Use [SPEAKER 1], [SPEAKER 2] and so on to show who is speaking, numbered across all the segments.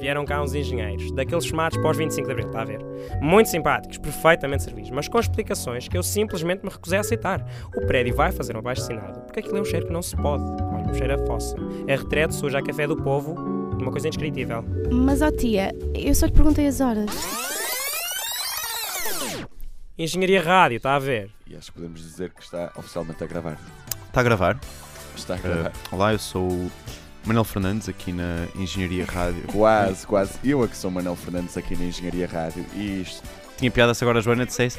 [SPEAKER 1] vieram cá uns engenheiros, daqueles chamados pós-25 de Abril, está a ver? Muito simpáticos, perfeitamente servidos, mas com explicações que eu simplesmente me recusei a aceitar. O prédio vai fazer um abaixo-assinado, porque aquilo é um cheiro que não se pode. Olha, um cheiro a fossa. É retrete, suja, a café do povo, uma coisa indescritível.
[SPEAKER 2] Mas, ó tia, eu só lhe perguntei as horas.
[SPEAKER 1] Engenharia Rádio, está a ver?
[SPEAKER 3] E acho que podemos dizer que está oficialmente a gravar.
[SPEAKER 4] Está Tá a gravar?
[SPEAKER 3] Está a
[SPEAKER 4] Eh,
[SPEAKER 3] gravar.
[SPEAKER 4] olá, eu sou o Manuel Fernandes aqui na Engenharia Rádio.
[SPEAKER 3] Quase, quase. Eu é que sou Manuel Fernandes aqui na Engenharia Rádio e isto.
[SPEAKER 4] Tinha piada se agora a Joana dissesse.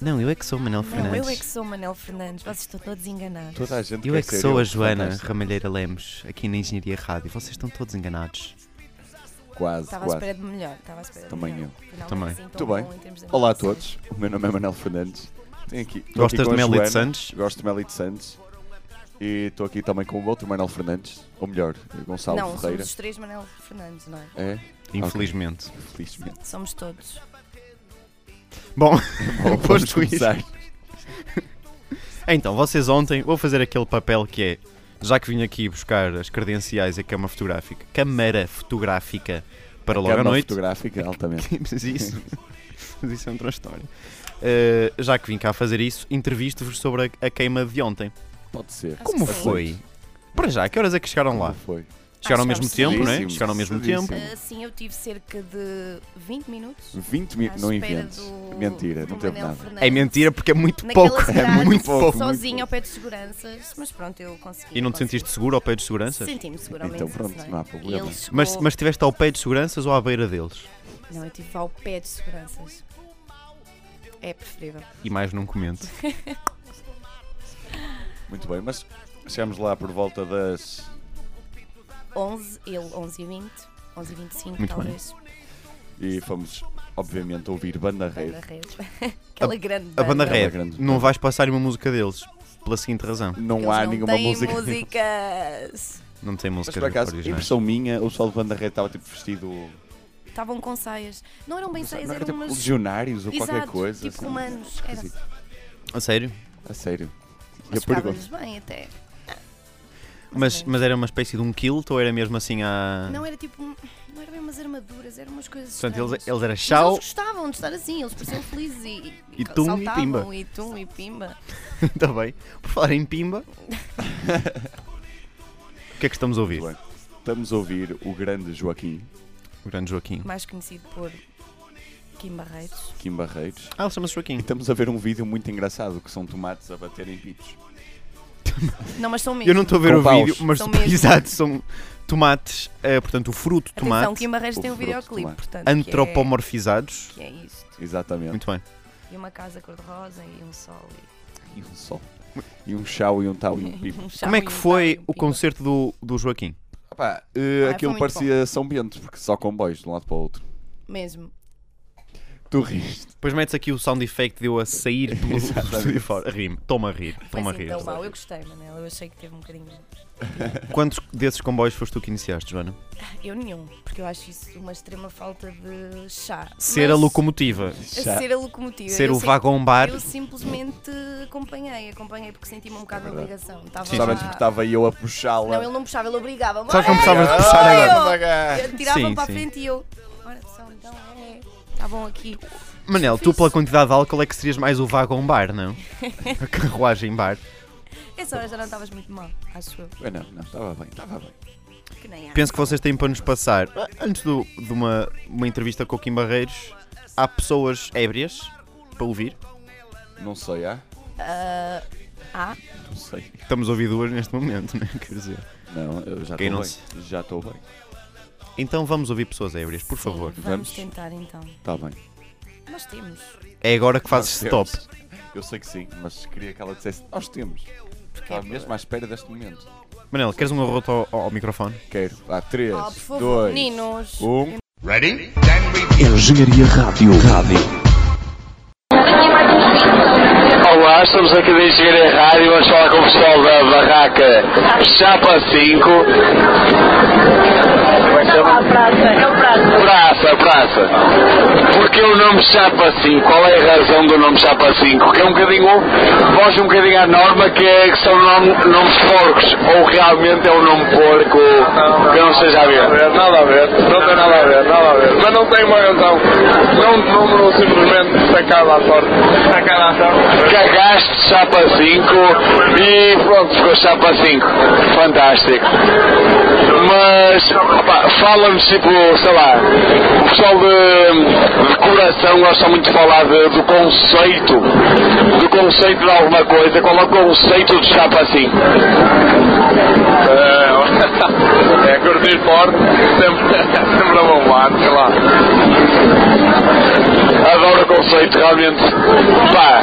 [SPEAKER 4] Não, eu é que sou o Manuel Fernandes.
[SPEAKER 5] Não, eu é que sou o Manel Fernandes, vocês estão todos enganados.
[SPEAKER 3] Toda a gente
[SPEAKER 4] Eu
[SPEAKER 3] quer
[SPEAKER 4] é que
[SPEAKER 3] ser
[SPEAKER 4] sou a
[SPEAKER 3] eu.
[SPEAKER 4] Joana
[SPEAKER 3] Fantástico.
[SPEAKER 4] Ramalheira Lemos, aqui na Engenharia Rádio. Vocês estão todos enganados.
[SPEAKER 3] Quase,
[SPEAKER 5] Estava à
[SPEAKER 3] quase.
[SPEAKER 5] espera de melhor, estava à espera de
[SPEAKER 3] Também
[SPEAKER 5] melhor. Finalmente,
[SPEAKER 4] Também.
[SPEAKER 5] assim,
[SPEAKER 3] Muito
[SPEAKER 5] tão
[SPEAKER 3] bem.
[SPEAKER 5] bom em termos de
[SPEAKER 3] Olá a
[SPEAKER 5] apresentações.
[SPEAKER 3] todos. O meu nome é Manuel Fernandes. Tenho aqui, estou
[SPEAKER 4] Gostas
[SPEAKER 3] aqui com
[SPEAKER 4] de
[SPEAKER 3] a
[SPEAKER 4] Meli
[SPEAKER 3] Joana.
[SPEAKER 4] de Santos?
[SPEAKER 3] Gosto de Meli de Santos. E estou aqui também com o outro Manuel Fernandes. Ou melhor, Gonçalo
[SPEAKER 5] Não,
[SPEAKER 3] Ferreira.
[SPEAKER 5] somos os três Manel Fernandes, não é?
[SPEAKER 3] É,
[SPEAKER 4] Infelizmente.
[SPEAKER 3] felizmente.
[SPEAKER 5] Somos todos.
[SPEAKER 4] Bom,
[SPEAKER 3] Bom,
[SPEAKER 4] Posto
[SPEAKER 3] vamos começar.
[SPEAKER 4] então, vocês ontem, vou fazer aquele papel que é, já que vim aqui buscar as credenciais e a cama fotográfica, câmara fotográfica para logo à
[SPEAKER 3] Câmara
[SPEAKER 4] noite.
[SPEAKER 3] fotográfica, altamente.
[SPEAKER 4] Mas isso, mas isso é outra história. Eh, já que vim cá fazer isso, entrevisto-vos sobre a, a queima de ontem.
[SPEAKER 3] Pode ser.
[SPEAKER 5] Acho
[SPEAKER 4] Como
[SPEAKER 5] que sim.
[SPEAKER 4] foi? Para já, que horas é que chegaram lá?
[SPEAKER 3] Como foi?
[SPEAKER 4] Chegaram ao
[SPEAKER 5] Acho
[SPEAKER 4] mesmo
[SPEAKER 5] que chegaram
[SPEAKER 4] tempo, não é?
[SPEAKER 3] cedíssimo,
[SPEAKER 4] Chegaram ao mesmo
[SPEAKER 3] cedíssimo.
[SPEAKER 4] tempo.
[SPEAKER 5] Ah, sim, eu tive cerca de 20 minutos.
[SPEAKER 3] 20 mil.
[SPEAKER 5] à
[SPEAKER 3] Não
[SPEAKER 5] espera
[SPEAKER 3] inventes.
[SPEAKER 5] do-
[SPEAKER 3] Mentira,
[SPEAKER 5] do
[SPEAKER 3] não teve
[SPEAKER 5] Manel
[SPEAKER 3] nada.
[SPEAKER 5] Fernandes.
[SPEAKER 4] É mentira porque é muito
[SPEAKER 5] Naquela
[SPEAKER 4] pouco.
[SPEAKER 5] cidade,
[SPEAKER 3] É muito pouco,
[SPEAKER 5] Sozinho
[SPEAKER 3] muito
[SPEAKER 5] ao pé de seguranças, mas pronto, eu consegui.
[SPEAKER 4] E não te
[SPEAKER 5] consegui.
[SPEAKER 4] sentiste seguro ao pé de seguranças?
[SPEAKER 5] Senti-me seguro ao
[SPEAKER 3] Então
[SPEAKER 5] menos,
[SPEAKER 3] pronto,
[SPEAKER 5] é?
[SPEAKER 3] não há
[SPEAKER 5] E
[SPEAKER 3] problema.
[SPEAKER 5] ele
[SPEAKER 4] Mas,
[SPEAKER 5] chegou-
[SPEAKER 4] mas estiveste ao pé de seguranças ou à beira deles?
[SPEAKER 5] Não, eu estive ao pé de seguranças. É preferível.
[SPEAKER 4] E mais não comento.
[SPEAKER 3] Muito bem, mas chegámos lá por volta das.
[SPEAKER 5] 11, ele 11 e 20, 11 e 25
[SPEAKER 4] Muito
[SPEAKER 5] talvez.
[SPEAKER 3] E fomos, obviamente, ouvir Banda Rede.
[SPEAKER 5] Banda Red. Aquela grande
[SPEAKER 4] A banda
[SPEAKER 3] Red.
[SPEAKER 4] Red,
[SPEAKER 3] grande.
[SPEAKER 4] não vais passar uma música deles. Pela seguinte razão,
[SPEAKER 3] Não
[SPEAKER 5] Eles
[SPEAKER 3] há
[SPEAKER 5] não
[SPEAKER 3] nenhuma
[SPEAKER 5] têm
[SPEAKER 3] música.
[SPEAKER 5] músicas.
[SPEAKER 4] não tem
[SPEAKER 3] Mas
[SPEAKER 4] música
[SPEAKER 3] por acaso, é
[SPEAKER 4] originais.
[SPEAKER 3] impressão minha, o pessoal de Banda Rede estava tipo vestido.
[SPEAKER 5] Estavam com saias. Não eram bem saias,
[SPEAKER 3] não,
[SPEAKER 5] é, eram
[SPEAKER 4] é
[SPEAKER 3] tipo,
[SPEAKER 5] umas.
[SPEAKER 3] legionários ou qualquer
[SPEAKER 5] Exato,
[SPEAKER 3] coisa.
[SPEAKER 5] tipo
[SPEAKER 3] assim.
[SPEAKER 5] romanos. Era.
[SPEAKER 3] Esquisito.
[SPEAKER 4] A sério?
[SPEAKER 3] A sério. E
[SPEAKER 5] Mas
[SPEAKER 3] eu pergunto.
[SPEAKER 5] ficava-lhes bem até.
[SPEAKER 4] Mas, mas era uma espécie de um kilt ou era mesmo assim a.
[SPEAKER 5] Não era tipo. um- Não eram bem umas armaduras, eram umas coisas.
[SPEAKER 4] Portanto, eles,
[SPEAKER 5] estranhas.
[SPEAKER 4] eles eram
[SPEAKER 5] Mas eles
[SPEAKER 4] chau,
[SPEAKER 5] gostavam de estar assim, eles pareciam felizes e,
[SPEAKER 4] E tum e
[SPEAKER 5] saltavam,
[SPEAKER 4] pimba.
[SPEAKER 5] E tum e pimba.
[SPEAKER 4] também. tá Por falar em pimba. o que é que estamos a ouvir?
[SPEAKER 3] Muito bem. Estamos a ouvir o grande Joaquim,
[SPEAKER 4] O grande Joaquim.
[SPEAKER 5] Mais conhecido por Kim Barreiros.
[SPEAKER 3] Kim Barreiros.
[SPEAKER 4] Ah, ele chama-se Joaquim.
[SPEAKER 3] E estamos a ver um vídeo muito engraçado que são tomates a baterem pitos.
[SPEAKER 5] Não, mas são mesmo.
[SPEAKER 4] Eu não estou a ver
[SPEAKER 3] Com
[SPEAKER 4] o
[SPEAKER 3] paus.
[SPEAKER 4] vídeo, mas
[SPEAKER 5] São mesmo.
[SPEAKER 4] exato, são tomates, eh, portanto, o fruto
[SPEAKER 5] Atenção,
[SPEAKER 4] tomate,
[SPEAKER 5] Kim Barreiros tem um
[SPEAKER 3] o fruto
[SPEAKER 5] videoclipe,
[SPEAKER 3] tomate.
[SPEAKER 5] portanto. que é-
[SPEAKER 4] antropomorfizados.
[SPEAKER 5] Que é Tá isto.
[SPEAKER 3] Exatamente.
[SPEAKER 4] Muito bem.
[SPEAKER 5] E uma casa cor-de-rosa e um sol e
[SPEAKER 3] E um sol. E um chau e um tal e um pipo.
[SPEAKER 5] um chão
[SPEAKER 4] Como é
[SPEAKER 5] e um
[SPEAKER 4] que
[SPEAKER 5] tal e
[SPEAKER 4] foi
[SPEAKER 5] um
[SPEAKER 4] o
[SPEAKER 5] pimba.
[SPEAKER 4] concerto do, do Joaquim?
[SPEAKER 3] Opá, eh,
[SPEAKER 5] Ah, foi
[SPEAKER 3] aquilo
[SPEAKER 5] muito
[SPEAKER 3] parecia São Bento, porque só comboios de um lado para o outro.
[SPEAKER 5] Mesmo.
[SPEAKER 3] Tu riste.
[SPEAKER 4] Depois metes aqui o sound effect de eu a sair pelo
[SPEAKER 3] Exatamente.
[SPEAKER 4] estúdio fora. Rime, toma a rir,
[SPEAKER 5] Foi
[SPEAKER 4] toma a
[SPEAKER 5] assim
[SPEAKER 4] rir.
[SPEAKER 5] tão mau. Eu gostei, Manel. Eu achei que teve um bocadinho.
[SPEAKER 4] Quantos desses comboios foste tu que iniciaste, Joana?
[SPEAKER 5] Eu nenhum, porque eu acho isso uma extrema falta de chá.
[SPEAKER 4] Ser a
[SPEAKER 5] Mas-
[SPEAKER 4] locomotiva,
[SPEAKER 3] Já.
[SPEAKER 5] a Ser a locomotiva.
[SPEAKER 4] ser
[SPEAKER 5] Eu
[SPEAKER 4] o
[SPEAKER 5] sim-
[SPEAKER 4] vagão bar.
[SPEAKER 5] Eu simplesmente acompanhei, acompanhei porque senti-me um bocado de
[SPEAKER 3] verdade.
[SPEAKER 5] obrigação. Estava
[SPEAKER 4] Sim.
[SPEAKER 5] lá...
[SPEAKER 3] Somente porque estava eu a
[SPEAKER 5] Não,
[SPEAKER 3] puxá-la.
[SPEAKER 5] ele não puxava, ele obrigava.
[SPEAKER 4] Sabes como
[SPEAKER 5] Bora,
[SPEAKER 4] precisavas de puxar
[SPEAKER 5] bora,
[SPEAKER 4] agora?
[SPEAKER 5] Eu, eu tirava
[SPEAKER 4] Sim,
[SPEAKER 5] para a
[SPEAKER 4] sim.
[SPEAKER 5] frente e eu. Ora, só então é. Está bom aqui.
[SPEAKER 4] Manel, tu pela quantidade de álcool é que serias mais o vagão bar, não? A carruagem bar.
[SPEAKER 5] Essa hora já não estavas muito mal, acho eu.
[SPEAKER 3] Ah, Não, não, estava bem, estava bem.
[SPEAKER 5] Que nem há.
[SPEAKER 4] Penso que vocês têm para nos passar. Antes do- de uma, uma entrevista com o Kim Barreiros, há pessoas ébrias para ouvir.
[SPEAKER 3] Não sei, ah?
[SPEAKER 5] Ah, ah,
[SPEAKER 3] Não sei.
[SPEAKER 4] Estamos a ouvir duas neste momento, não é? Quer dizer.
[SPEAKER 3] Não, eu já
[SPEAKER 4] Quem
[SPEAKER 3] estou
[SPEAKER 4] não
[SPEAKER 3] bem. Já estou bem.
[SPEAKER 4] Então vamos ouvir pessoas ébrias, por favor.
[SPEAKER 5] Sim, vamos,
[SPEAKER 3] vamos.
[SPEAKER 5] tentar então.
[SPEAKER 3] Está bem.
[SPEAKER 5] Nós temos.
[SPEAKER 4] É agora que fazes
[SPEAKER 3] Nós
[SPEAKER 4] stop.
[SPEAKER 3] temos. Eu sei que sim, mas queria que ela dissesse: Nós temos.
[SPEAKER 5] é
[SPEAKER 3] Estava Ah, mesmo à espera deste momento.
[SPEAKER 4] Manel, queres um arroto ao, ao microfone?
[SPEAKER 3] Quero. Vá, 3,
[SPEAKER 5] Ah, por favor,
[SPEAKER 3] 2,
[SPEAKER 5] meninos.
[SPEAKER 3] 1.
[SPEAKER 6] Engenharia Rádio. Rádio.
[SPEAKER 7] Olá, estamos aqui da Engenharia Rádio, vamos falar com o pessoal da barraca Chapa 5.
[SPEAKER 8] É o prato.
[SPEAKER 7] praça, a praça. Porque o nome Chapa 5, qual é a razão do nome Chapa 5? Que é um bocadinho, foge um bocadinho à norma que, é, que são nome- nomes porcos, ou realmente é um nome porco que eu não seja a ver. Nada a ver, não tem nada a ver, nada a ver. Mas não tem uma razão. Não um número simplesmente sacado à sorte. Sacado à sorte. Cagaste Chapa 5 e pronto, ficou Chapa 5. Fantástico mas opá, fala-me tipo, sei lá, o pessoal de, de coração gosta muito de falar de- do conceito, do conceito de alguma coisa, qual é o conceito de chapa assim? Eh, É curtir forte, sempre, sempre a bombar, sei lá. Adoro o conceito, realmente. Pá,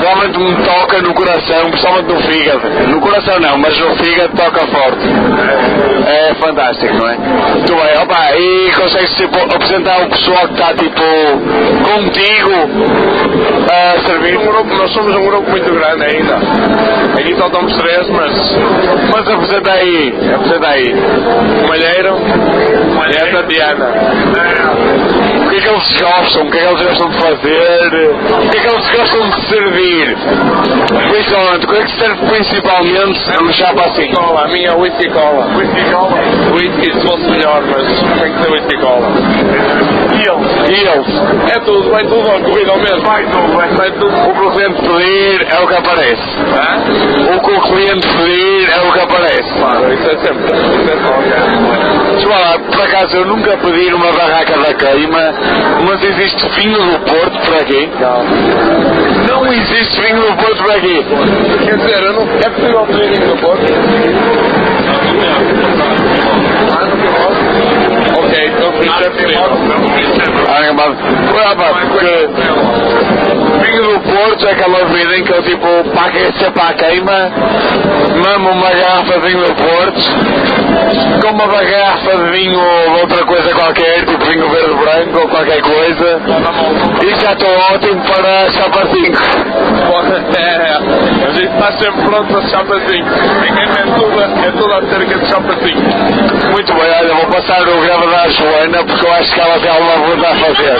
[SPEAKER 7] realmente me toca no coração, principalmente no fígado. No coração não, mas no fígado toca forte. É fantástico, não é? Muito bem, opa, e consegues tipo, apresentar o pessoal que está tipo contigo a servir? nós somos um grupo muito grande ainda. Aqui só estamos três, mas. Mas apresenta aí, apresenta aí. Malheiro, Malheiro e Tatiana. O que é que eles gostam? O que é que eles gostam de fazer? O que é que eles gostam de servir? Principalmente, o que é que serve principalmente no chapa assim? Cola, a minha é whisky cola. Whisky cola? Whisky se fosse melhor, mas tem que ser whisky cola. E eles? E eles? É tudo, vai tudo ao corrido ao mesmo. Vai tudo, vai, tudo. O que o cliente pedir é o que aparece. O que o cliente pedir é o que aparece. Claro, isso é sempre. Isso é Pessoal, por acaso eu nunca pedi uma barraca da queima, mas existe vinho do Porto por aqui? Não. Não existe vinho do Porto por aqui. Quer dizer, eu não... é possível pedir vinho do Porto? Ok, então isso é possível. Ah, mas, ah, mas, porque vinho do Porto é aquela bebida em que eu tipo paga essa para a queima, mamo uma garrafa de vinho do Porto, com uma garrafa de vinho ou outra coisa qualquer, tipo vinho verde branco ou qualquer coisa, e já estou ótimo para a chapa 5. É, a gente está sempre pronto para chapa 5. É tudo, é tudo acerca de chapa 5. Muito bem, olha, vou passar o grava da Joana porque eu acho que ela tem alguma coisa a fazer.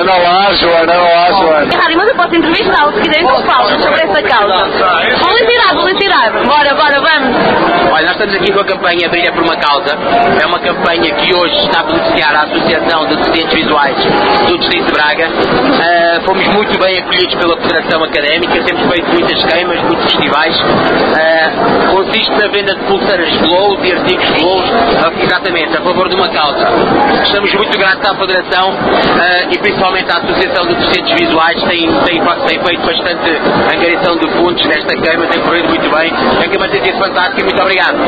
[SPEAKER 7] Anda lá, Joana, anda lá, Joana.
[SPEAKER 6] Rádio, mas eu posso entrevistá-lo se quiserem que eu falo sobre essa causa. Vou lhe tirar, vou lhe tirar. Bora, bora, vamos.
[SPEAKER 8] Olha, nós estamos aqui com a campanha Brilha por uma Causa. É uma campanha que hoje está a beneficiar a Associação de Deficientes Visuais do Distrito de Braga. Ah, fomos muito bem acolhidos pela Federação Académica, temos feito muitas queimas, muitos festivais. Ah, consiste na venda de pulseiras glows e artigos glows, ah, exatamente, a favor de uma causa. Estamos muito gratos à Federação ah, e principalmente à Associação de Deficientes Visuais, tem, tem, tem feito bastante angariação de fundos nesta queima, tem corrido muito bem. É A queima tem sido fantástica e muito obrigado.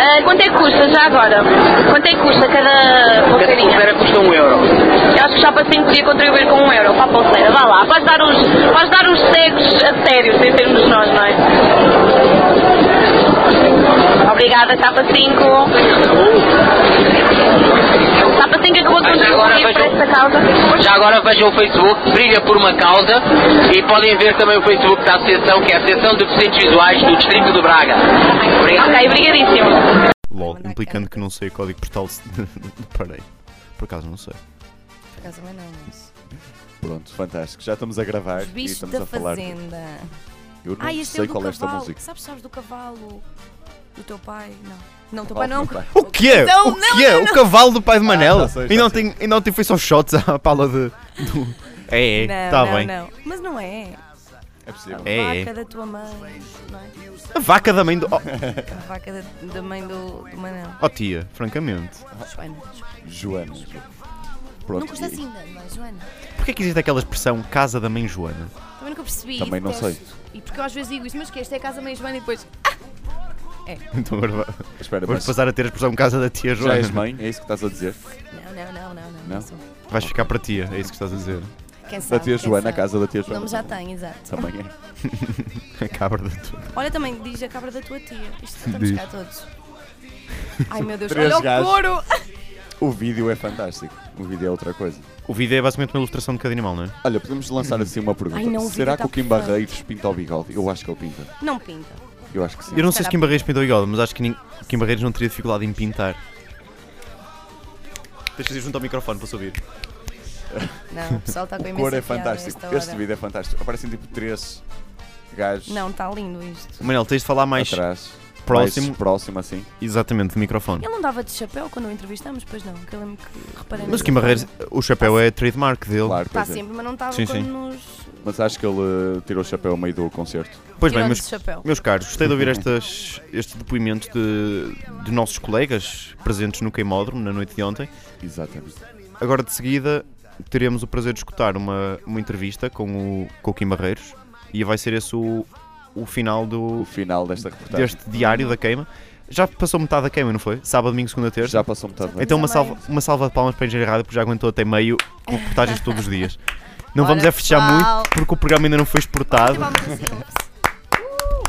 [SPEAKER 6] Ah, quanto é que custa já agora? Quanto é que custa cada
[SPEAKER 8] Cada
[SPEAKER 6] pulseirinha?
[SPEAKER 8] pulseira custa um euro.
[SPEAKER 6] Eu acho que já para 5 podia contribuir com um euro para a pulseira. Vá lá, vais dar uns, vais dar uns cegos a sério, sem sermos nós, não é? Obrigada, chapa 5.
[SPEAKER 8] Mas agora
[SPEAKER 6] Chapa 5 acabou de contribuir para
[SPEAKER 8] vejam-
[SPEAKER 6] esta causa.
[SPEAKER 8] Já agora vejam o Facebook, Brilha por uma Causa, e podem ver também o Facebook da Associação, que é a Associação de Deficientes Visuais do Distrito de Braga. Obrigado.
[SPEAKER 6] Ok, obrigadíssimo.
[SPEAKER 4] LOL, implicando que não sei o código postal de- de Parei. Por acaso não sei.
[SPEAKER 5] Por acaso, mas não, mas...
[SPEAKER 3] Pronto, fantástico. Já estamos a gravar
[SPEAKER 5] Os
[SPEAKER 3] Ah, e
[SPEAKER 5] bichos
[SPEAKER 3] estamos
[SPEAKER 5] da
[SPEAKER 3] a falar. de-
[SPEAKER 5] fazenda.
[SPEAKER 3] Eu não
[SPEAKER 5] Ah, este
[SPEAKER 3] sei
[SPEAKER 5] é o do
[SPEAKER 3] qual é esta
[SPEAKER 5] cavalo.
[SPEAKER 3] música.
[SPEAKER 5] Sabes, sabes do cavalo? Do teu pai? Não. Não, teu pai
[SPEAKER 3] Cavalo do
[SPEAKER 5] não.
[SPEAKER 3] Oh, meu pai.
[SPEAKER 4] O que é?
[SPEAKER 5] Não,
[SPEAKER 4] o
[SPEAKER 5] Então, não,
[SPEAKER 4] que é?
[SPEAKER 5] não,
[SPEAKER 4] O cavalo do pai de Manel?
[SPEAKER 3] Ah, já sei, já
[SPEAKER 4] e não
[SPEAKER 3] sei.
[SPEAKER 4] tem, e não tem foi só shots à pala de. do- É, é,
[SPEAKER 5] Não,
[SPEAKER 4] tá
[SPEAKER 5] não,
[SPEAKER 4] bem.
[SPEAKER 5] não. Mas não é.
[SPEAKER 3] É possível.
[SPEAKER 4] É, é.
[SPEAKER 5] Vaca da tua mãe. Não é?
[SPEAKER 4] A vaca da mãe do. Oh,
[SPEAKER 5] A vaca da, da mãe do, do Manel.
[SPEAKER 4] oh, tia, francamente.
[SPEAKER 5] Ah, Joana. Joana.
[SPEAKER 3] Joana. Pronto,
[SPEAKER 5] Não custa
[SPEAKER 3] e-
[SPEAKER 5] assim, não, Joana.
[SPEAKER 4] Porquê é que existe aquela expressão casa da mãe Joana?
[SPEAKER 5] Também nunca percebi.
[SPEAKER 3] Também
[SPEAKER 5] e
[SPEAKER 3] não sei.
[SPEAKER 5] detesto. E porque eu às vezes digo isso, mas que esta é a casa da mãe Joana e depois.
[SPEAKER 4] Então agora va-
[SPEAKER 3] Espera,
[SPEAKER 4] vamos
[SPEAKER 3] mas
[SPEAKER 4] passar a ter a expressão casa da tia
[SPEAKER 3] já és
[SPEAKER 4] Joana.
[SPEAKER 3] mãe? É isso que estás a dizer?
[SPEAKER 5] Não, não, não, não, não.
[SPEAKER 3] Não?
[SPEAKER 5] sou.
[SPEAKER 4] Vais ficar para tia, é isso que estás a dizer.
[SPEAKER 5] Quem
[SPEAKER 3] Da
[SPEAKER 5] sabe,
[SPEAKER 3] tia
[SPEAKER 5] quem
[SPEAKER 3] Joana, a
[SPEAKER 5] sabe.
[SPEAKER 3] casa da tia
[SPEAKER 5] O
[SPEAKER 3] Joana.
[SPEAKER 5] nome é. já tá. tem, exato.
[SPEAKER 3] Também é.
[SPEAKER 4] A cabra da tua.
[SPEAKER 5] Olha também, diz a cabra da tua tia. Isto
[SPEAKER 4] Diz.
[SPEAKER 5] estamos cá todos. Ai meu Deus,
[SPEAKER 3] Três
[SPEAKER 5] olha o
[SPEAKER 3] gajos.
[SPEAKER 5] couro!
[SPEAKER 3] O vídeo é fantástico. O vídeo é outra coisa.
[SPEAKER 4] O vídeo é basicamente uma ilustração de cada animal, não é?
[SPEAKER 3] Olha, podemos lançar assim uma pergunta.
[SPEAKER 5] Ai, não, o vídeo
[SPEAKER 3] Será que
[SPEAKER 5] tá
[SPEAKER 3] o Kim
[SPEAKER 5] perfeito.
[SPEAKER 3] Barreiros pinta o bigode? Eu acho que ele pinta.
[SPEAKER 5] Não pinta.
[SPEAKER 3] Eu acho que sim.
[SPEAKER 4] Eu não sei se
[SPEAKER 5] Será?
[SPEAKER 4] Kim Barreiros pintou igual, mas acho que nin- Kim Barreiros não teria dificuldade em pintar. Deixa de ir junto ao microfone para subir.
[SPEAKER 5] Não, o pessoal está com
[SPEAKER 3] O
[SPEAKER 5] imensa
[SPEAKER 3] cor é
[SPEAKER 5] piada
[SPEAKER 3] fantástico.
[SPEAKER 5] nesta
[SPEAKER 3] Este
[SPEAKER 5] hora.
[SPEAKER 3] vídeo é fantástico. Aparecem tipo três gajos
[SPEAKER 5] Não, está lindo isto.
[SPEAKER 4] Manel, tens de falar mais
[SPEAKER 3] atrás.
[SPEAKER 4] próximo.
[SPEAKER 3] Mais próximo assim.
[SPEAKER 4] exatamente do microfone.
[SPEAKER 5] Ele não dava de chapéu quando o entrevistamos, pois não, que eu lembro que reparei
[SPEAKER 4] Mas
[SPEAKER 5] nessa
[SPEAKER 4] o Kim Barreiros,
[SPEAKER 5] coisa.
[SPEAKER 4] o chapéu é trademark dele.
[SPEAKER 3] Claro,
[SPEAKER 5] Está
[SPEAKER 3] pois é.
[SPEAKER 5] sempre, mas não estava
[SPEAKER 4] Sim,
[SPEAKER 5] quando
[SPEAKER 4] sim.
[SPEAKER 5] nos
[SPEAKER 3] Mas acho que ele eh, tirou o chapéu ao meio do concerto.
[SPEAKER 4] Pois bem,
[SPEAKER 5] tirou-nos
[SPEAKER 4] meus,
[SPEAKER 5] de chapéu.
[SPEAKER 4] meus caros, gostei de ouvir estas, este depoimento de, de nossos colegas presentes no queimódromo na noite de ontem.
[SPEAKER 3] Exatamente.
[SPEAKER 4] Agora de seguida teremos o prazer de escutar uma, uma entrevista com o, com o Kim Barreiros e vai ser esse o, o final
[SPEAKER 3] O
[SPEAKER 4] do,
[SPEAKER 3] final desta reportagem.
[SPEAKER 4] deste diário da queima. Já passou metade da queima, não foi? Sábado, domingo, segunda, terça.
[SPEAKER 3] Já passou metade da
[SPEAKER 4] Então uma
[SPEAKER 5] Também.
[SPEAKER 4] salva, uma salva de palmas para a Engenharia Rádio porque já aguentou até meio com reportagens todos os dias. Não
[SPEAKER 5] Bora,
[SPEAKER 4] vamos é festejar
[SPEAKER 5] pessoal.
[SPEAKER 4] muito porque o programa ainda não foi exportado. Uh!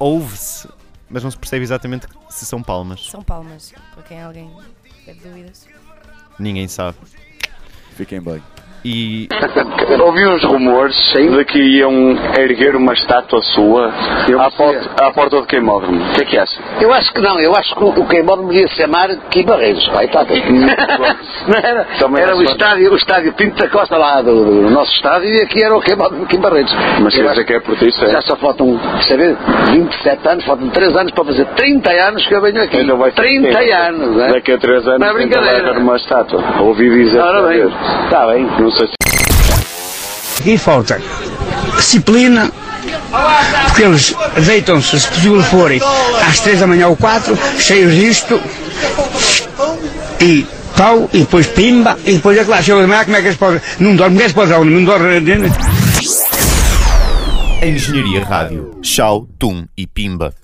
[SPEAKER 4] Ouve-se, mas não se percebe exatamente se são palmas.
[SPEAKER 5] São palmas, para quem é alguém teve dúvidas.
[SPEAKER 4] Ninguém sabe.
[SPEAKER 3] Fiquem bem.
[SPEAKER 4] E
[SPEAKER 7] Ouvi uns rumores de que iam erguer uma estátua sua à, porta, à porta do queimódromo. O que é que acha?
[SPEAKER 9] Eu acho que não, eu acho que o, o queimódromo devia se chamar Kim Barreiros, vai, tá, tá. Não era
[SPEAKER 7] Hum. Também
[SPEAKER 9] era
[SPEAKER 7] acho
[SPEAKER 9] o,
[SPEAKER 7] ótimo.
[SPEAKER 9] estádio, o estádio Pinto da Costa lá do, do nosso estádio e aqui era o queimódromo Kim Barreiros.
[SPEAKER 7] Mas
[SPEAKER 9] Eu
[SPEAKER 7] quer
[SPEAKER 9] acho
[SPEAKER 7] dizer que é portista?
[SPEAKER 9] que Já só faltam, saber, 27 anos, faltam 3 anos para fazer 30 anos que eu venho aqui.
[SPEAKER 7] Ainda vai ser
[SPEAKER 9] 30
[SPEAKER 7] tempo.
[SPEAKER 9] anos, é?
[SPEAKER 7] Daqui a 3 anos
[SPEAKER 9] Não é
[SPEAKER 7] ainda
[SPEAKER 9] brincadeira.
[SPEAKER 7] vai haver uma estátua. Ouvi dizer.
[SPEAKER 9] Ora bem,
[SPEAKER 7] está bem. Não sei se
[SPEAKER 10] E falta disciplina, porque eles deitam-se, se possível forem, às três da manhã ou quatro, cheios disto, e pau, e depois pimba, e depois é claro, chega de manhã, como é que eles podem, não dorme, como é que eles podem dormir, não dorme,
[SPEAKER 4] Engenharia Rádio, tchau, tum e pimba.